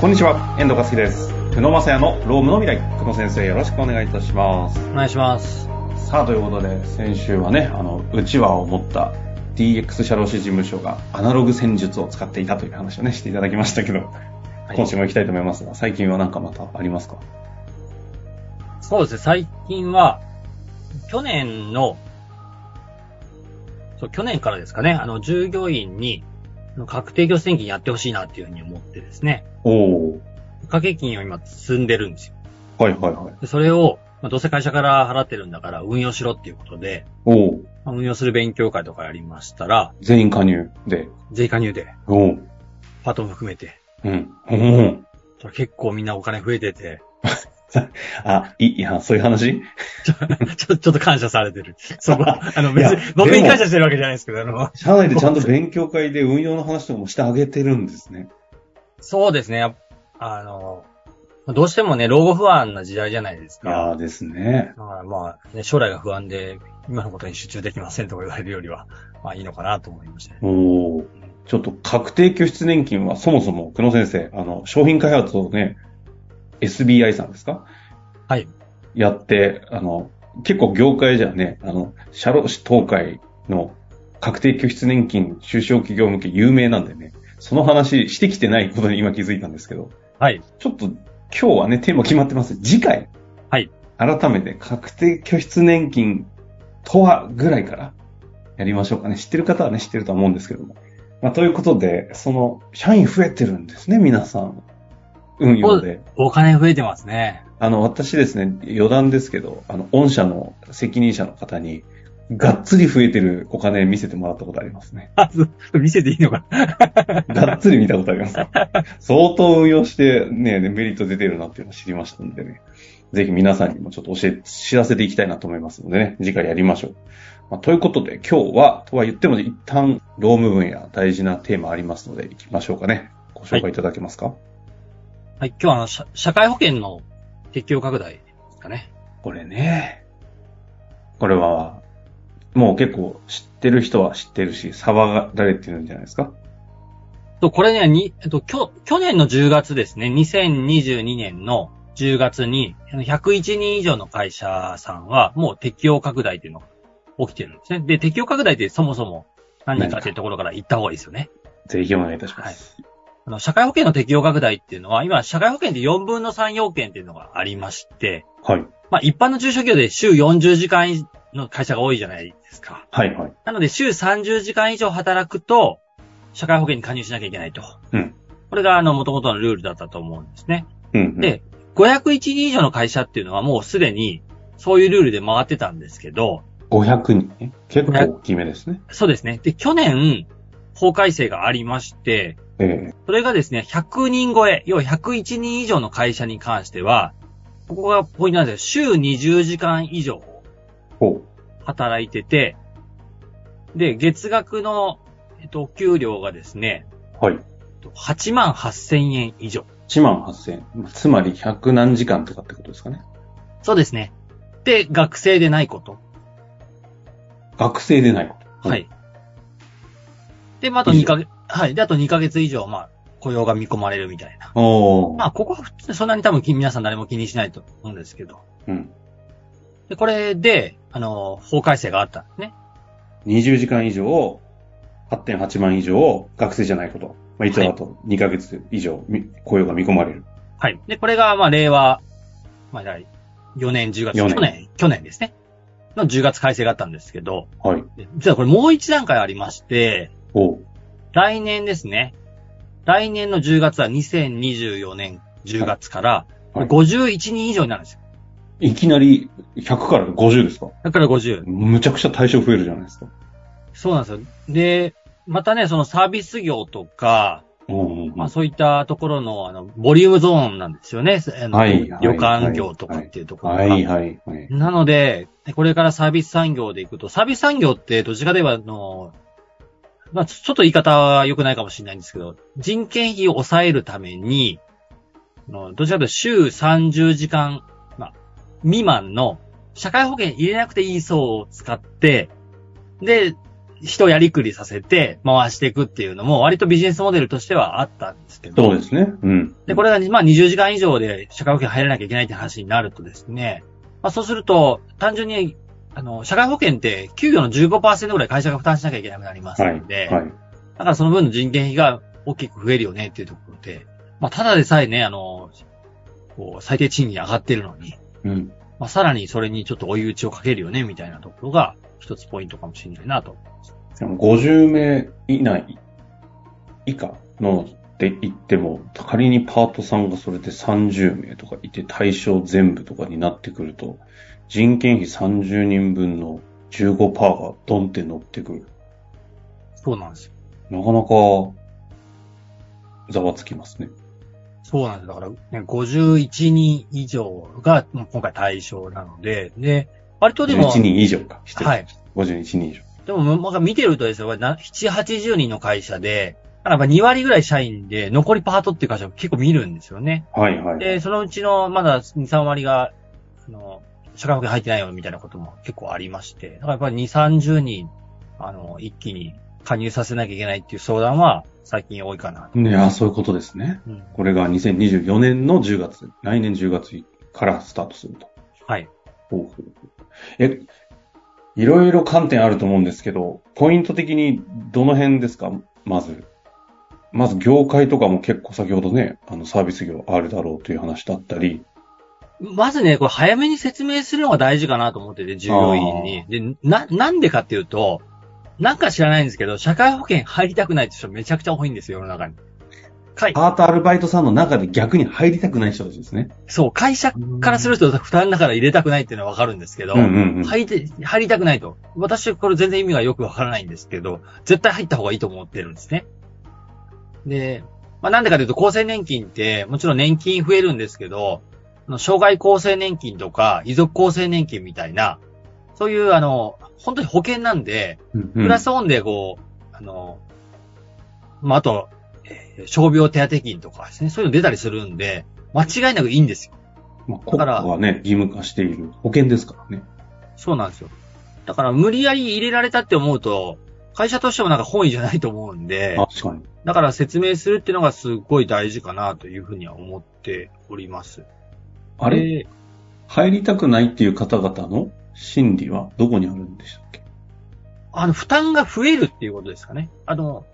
こんにちは、遠藤和樹です。久野正也のロームの未来。久野先生、よろしくお願いいたします。お願いします。さあ、ということで、先週はね、あの、うちわを持った DX 社労士事務所がアナログ戦術を使っていたという話をね、していただきましたけど、い今週も行きたいと思いますが、最近は何かまたありますかそうですね、最近は、去年の、そう、去年からですかね、あの、従業員に、あの確定拠出年金やってほしいなっていうふうに思ってですね、おー。掛け金を今積んでるんですよ。はいはいはい。でそれを、まあ、どうせ会社から払ってるんだから運用しろっていうことで、おー。まあ運用する勉強会とかやりましたら、全員加入で。税加入で、おー。パートも含めて、うん。おー。それ結構みんなお金増えてて、 あ、い、いや、そういう話ちょ、ちょっと感謝されてる。そこ、あのいや別に、僕でにも感謝してるわけじゃないですけど、あの、社内でちゃんと勉強会で運用の話とかもしてあげてるんですね。そうですね。やっあの、どうしてもね、老後不安な時代じゃないですいか。やーですね。だからまあ、ね、将来が不安で、今のことに集中できませんとか言われるよりは、まあいいのかなと思いましたね。おーちょっと確定拠出年金はそもそも、久野先生、あの、商品開発をね、SBI さんですかはい。やって、あの、結構業界じゃね、あの、社労士東海の確定拠出年金中小企業向け有名なんでね、その話してきてないことに今気づいたんですけど、はい。ちょっと今日はね、テーマ決まってます。次回。はい。改めて確定拠出年金とはぐらいからやりましょうかね。知ってる方はね、知ってるとは思うんですけども。まあ、ということで、その、社員増えてるんですね、皆さん。運用で。お金増えてますね。あの、私ですね、余談ですけど、あの、御社の責任者の方に、がっつり増えてるお金見せてもらったことありますね。あ、そう 見せていいのかながっつり見たことあります。相当運用してね、メリット出てるなっていうのを知りましたんでね。ぜひ皆さんにもちょっと教え、知らせていきたいなと思いますのでね、次回やりましょう。まあ、ということで今日は、とは言っても一旦、労務分野大事なテーマありますので、行きましょうかね。ご紹介いただけますか、はい、今日はあの、社社会保険の適用拡大ですかね。これね。これは、もう結構知ってる人は知ってるし、騒がれてるんじゃないですかと、これね、に、えっと、きょ、去年の10月ですね、2022年の10月に、あの101人以上の会社さんは、もう適用拡大というのが起きてるんですね。で、適用拡大ってそもそも何かっていうところから言った方がいいですよね。ぜひお願いいたします。あの、社会保険の適用拡大っていうのは、今、社会保険で4分の3要件っていうのがありまして、はい。まあ、一般の中小企業で週40時間以の会社が多いじゃないですか。はい、はい。なので、週30時間以上働くと、社会保険に加入しなきゃいけないと。うん。これが、あの、元々のルールだったと思うんですね。うん、うん。で501人以上の会社っていうのはもうすでに、そういうルールで回ってたんですけど、 500人ね。結構大きめですね。そうですね。で、去年、法改正がありまして、ええそれがですね、100人超え、要は101人以上の会社に関しては、ここがポイントなんですよ。週20時間以上ほ働いてて、で、月額の、えっと、お給料がですね、う。はい。 8万8000円以上。 1万8000。つまり100何時間とかってことですかね。そうですね。で、学生でないこと。学生でないこと。は。い。で、まあ、あと以上2ヶ月、はい。で、あと2ヶ月以上、まあ、雇用が見込まれるみたいな。おー。まあ、ここは普通、そんなに多分き皆さん誰も気にしないと思うんですけど。うん。で、これで、あの、法改正があったんですね。 20時間以上、8.8万以上、学生じゃないこと。まあ、いつもあと2ヶ月以上、み雇用が見込まれる。はい。で、これが、まあ、令和、まあ、第4年10月、 4年去年、去年ですね。の10月改正があったんですけど、はい。で実はこれもう一段階ありまして、おう。来年ですね。来年の10月は2024年10月から、はい51人以上になるんですよ。いきなり100から50ですかだから50。むちゃくちゃ対象増えるじゃないですか。そうなんですよ。で、またね、そのサービス業とか、うんうんうんまあそういったところの、あの、ボリュームゾーンなんですよね。あのはいはい旅館業とかっていうところが。はい、はい、はい。なので、これからサービス産業でいくと、サービス産業ってどちらかでは、あの、まあちょちょっと言い方は良くないかもしれないんですけど、人件費を抑えるために、あのどちらかというと週30時間、まあ、未満の社会保険入れなくていい層を使って、で、人やりくりさせて回していくっていうのも割とビジネスモデルとしてはあったんですけど。そうですね。うん。で、これが、まあ、20時間以上で社会保険入らなきゃいけないって話になるとですね、まあ、そうすると、単純に、あの、社会保険って給与の15%ぐらい会社が負担しなきゃいけなくなりますはい。ので、はい。だからその分の人件費が大きく増えるよねっていうところで、まあ、ただでさえね、あの、こう、最低賃金上がってるのに、うん。まあ、さらにそれにちょっと追い打ちをかけるよね、みたいなところが、一つポイントかもしれないなと。でも50名以内、以下のって言っても、仮にパートさんがそれで30名とかいて対象全部とかになってくると、人件費30人分の15%がドンって乗ってくる。そうなんですよ。なかなか、ざわつきますね。そうなんです。だから、ね、51人以上がまあ今回対象なので、で、割とでも、 51人以上か。失礼はい。 51人以上。でも、まあ、見てるとですよ、な7、80人の会社で、なんか2割ぐらい社員で、残りパートっていう会社を結構見るんですよね。はいはい。で、そのうちのまだ2、3割が、あの、社会保険入ってないよみたいなことも結構ありまして、だからやっぱり2、30人、あの、一気に加入させなきゃいけないっていう相談は最近多いかなと。いや、そういうことですね。うん。これが2024年の10月、来年10月からスタートすると。はい。ほうほうほうえ、いろいろ観点あると思うんですけど、ポイント的にどの辺ですかまず。まず業界とかも結構先ほどね、あのサービス業あるだろうという話だったり、まずね、これ早めに説明するのが大事かなと思ってて、従業員に。で、な、なんでかっていうと、なんか知らないんですけど、社会保険入りたくないって人めちゃくちゃ多いんですよ、世の中に。会、パートアルバイトさんの中で逆に入りたくない人たちですね。そう、会社からすると負担だから入れたくないっていうのはわかるんですけど、うんうんうん。入りて、入りたくないと。私、これ全然意味がよくわからないんですけど、絶対入った方がいいと思ってるんですね。で、まあなんでかというと、厚生年金って、もちろん年金増えるんですけど、あの障害厚生年金とか、遺族厚生年金みたいな、そういう、あの、本当に保険なんで、うんうんプラスオンでこう、あの、まあ、あと、えー傷病手当金とかですね、そういうの出たりするんで、間違いなくいいんですよまあ、国家がね、義務化している保険ですからね。そうなんですよ。だから無理やり入れられたって思うと、会社としてもなんか本意じゃないと思うんで、確かに。だから説明するっていうのがすごい大事かなというふうには思っております。あれ、入りたくないっていう方々の心理はどこにあるんでしたっけあの、負担が増えるっていうことですかね。あの、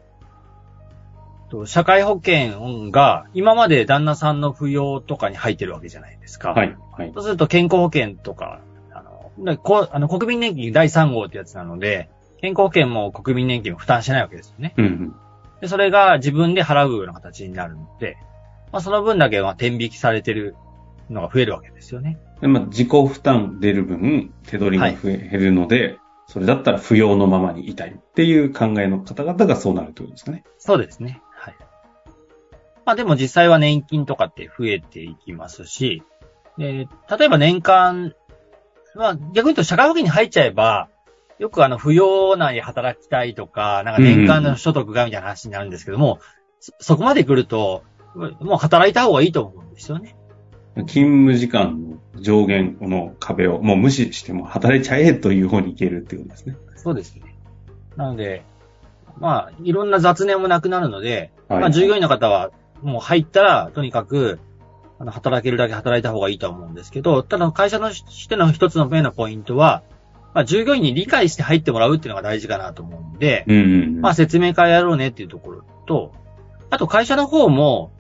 と社会保険が今まで旦那さんの扶養とかに入ってるわけじゃないですか。はい、はい。そうすると健康保険とか、あの、でこうあの国民年金第3号ってやつなので、健康保険も国民年金も負担してないわけですよね。うんうん。で、それが自分で払うような形になるので、まあ、その分だけは転引きされてるのが増えるわけですよね。でまあ、自己負担出る分、手取りが増え、減るので、それだったら不要のままにいたいっていう考えの方々がそうなるということですかね。そうですね。はい。まあでも実際は年金とかって増えていきますし、で、例えば年間、まあ逆に言うと社会保険に入っちゃえば、よくあの不要なに働きたいとか、なんか年間の所得がみたいな話になるんですけども、そそこまで来ると、もう働いた方がいいと思うんですよね。勤務時間の上限の壁をもう無視しても働いちゃえという方に行けるっていうことですね。そうですね。なので、まあ、いろんな雑念もなくなるので、はいまあ、従業員の方は、もう入ったら、とにかく、あの、働けるだけ働いた方がいいとは思うんですけど、ただ、会社のしての一つの目のポイントは、まあ、従業員に理解して入ってもらうっていうのが大事かなと思うんで、うんうんうん。まあ、説明会やろうねっていうところと、あと会社の方も、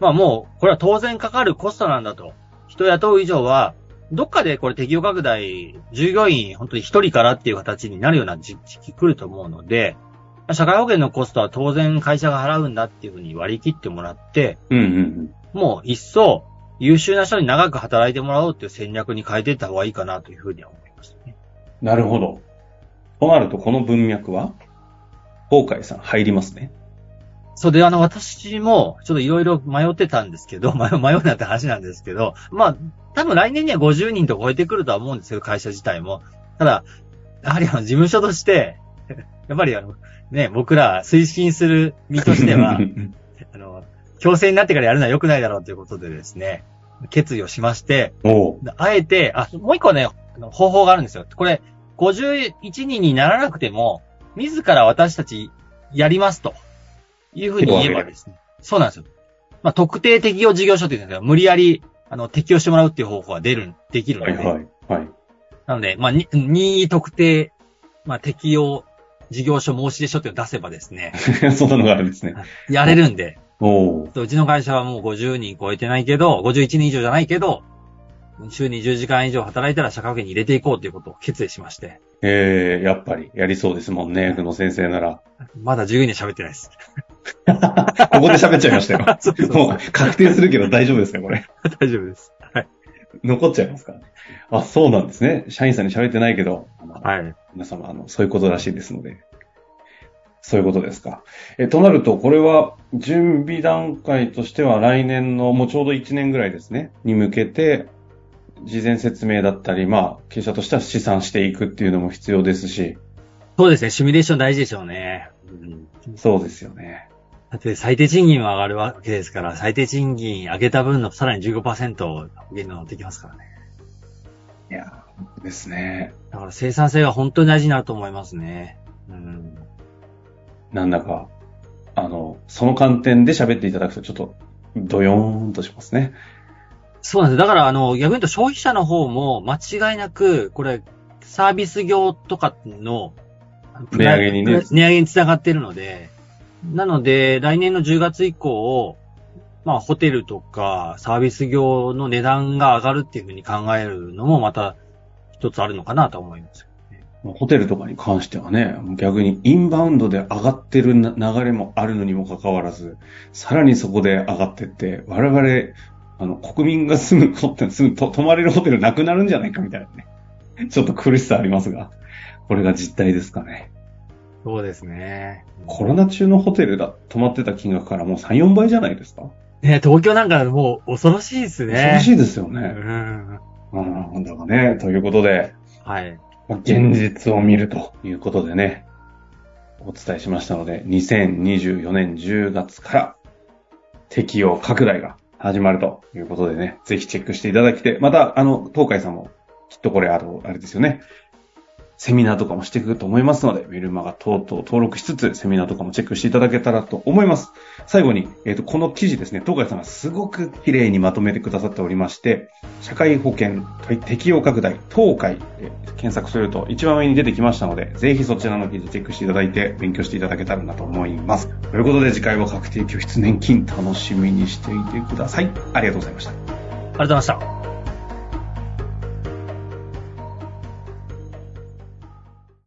まあもう、これは当然かかるコストなんだと。人雇う以上は、どっかでこれ適用拡大、従業員本当に一人からっていう形になるような時期来ると思うので、まあ社会保険のコストは当然会社が払うんだっていうふうに割り切ってもらって、うんうんうん。もう一層優秀な人に長く働いてもらおうっていう戦略に変えていった方がいいかなというふうには思いますね。なるほど。となると、この文脈は、崩壊さん入りますね。そうで、あの、私も、ちょっといろいろ迷ってたんですけど、 迷迷うなって話なんですけど、まあ、多分来年には50人と超えてくるとは思うんですけど、会社自体も。ただ、やはりあの、事務所として、 やっぱりあの、ね、僕ら推進する身としては う、んあの、強制になってからやるのは良くないだろうということでですね、決意をしまして、うんおう。あえて、あ、もう一個ね、あの方法があるんですよ。これ、51人にならなくても、自ら私たちやりますというふうに言えばですね。そうなんですよ。まあ、特定適用事業所っていうんですけど、無理やり、あの、適用してもらうっていう方法は出る、できるのはで。いはい。はい。なので、まあ、に任意特定、まあ、適用事業所申し出書っていうのを出せばです ね、そんなのがあるんですね。やれるんで、おー。うちの会社はもう50人超えてないけど、51人以上じゃないけど、週に10時間以上働いたら社会保険に入れていこうということを決意しまして、ええやっぱり、やりそうですもんね、久野先生なら。まだ従業員に喋ってないです。 ここで喋っちゃいましたよ。そうそうもう、確定するけど大丈夫ですか、これ。大丈夫です。はい。残っちゃいますからね。あ、そうなんですね。社員さんに喋ってないけど、あのはい。皆様、あの、そういうことらしいですので。そういうことですか。え、となると、これは、準備段階としては来年の、もうちょうど1年ぐらいですね、に向けて、事前説明だったり、まあ、経営者としては試算していくっていうのも必要ですし、そうですね。シミュレーション大事でしょうね。うんそうですよね。だって最低賃金は上がるわけですから、最低賃金上げた分のさらに15%を保険に乗ってきますからね。いや、ですね。だから生産性が本当に大事になると思いますね。うん。なんだか、あの、その観点で喋っていただくと、ちょっと、ドヨーンとしますね。そうなんです。だから、あの、逆に言うと消費者の方も間違いなく、これ、サービス業とかの、値上げにね値上げにつながってるので、なので、来年の10月以降、まあ、ホテルとかサービス業の値段が上がるっていうふうに考えるのもまた一つあるのかなと思います。ホテルとかに関してはね、逆にインバウンドで上がってるな流れもあるのにもかかわらず、さらにそこで上がってって、我々、あの、国民が住むホテル、住むと、泊まれるホテルなくなるんじゃないかみたいなね。ちょっと苦しさありますが、これが実態ですかね。そうですね。コロナ中のホテルだ、泊まってた金額からもう3、4倍じゃないですか、ね、東京なんかもう恐ろしいですね。恐ろしいですようね。ん。うん、だからね、ということで、はい。まあ現実を見るということでね、お伝えしましたので、2024年10月から適用拡大が始まるということでね、ぜひチェックしていただきて、また、あの、東海さんもきっとこれ、あの、あれですよね、セミナーとかもしていくと思いますので、メルマガ等々登録しつつ、セミナーとかもチェックしていただけたらと思います。最後に、えっ、と、この記事ですね、東海さんがすごく綺麗にまとめてくださっておりまして、社会保険適用拡大、東海、えー検索すると一番上に出てきましたので、ぜひそちらの記事チェックしていただいて勉強していただけたらなと思います。ということで次回は確定拠出年金楽しみにしていてください。ありがとうございました。ありがとうございました。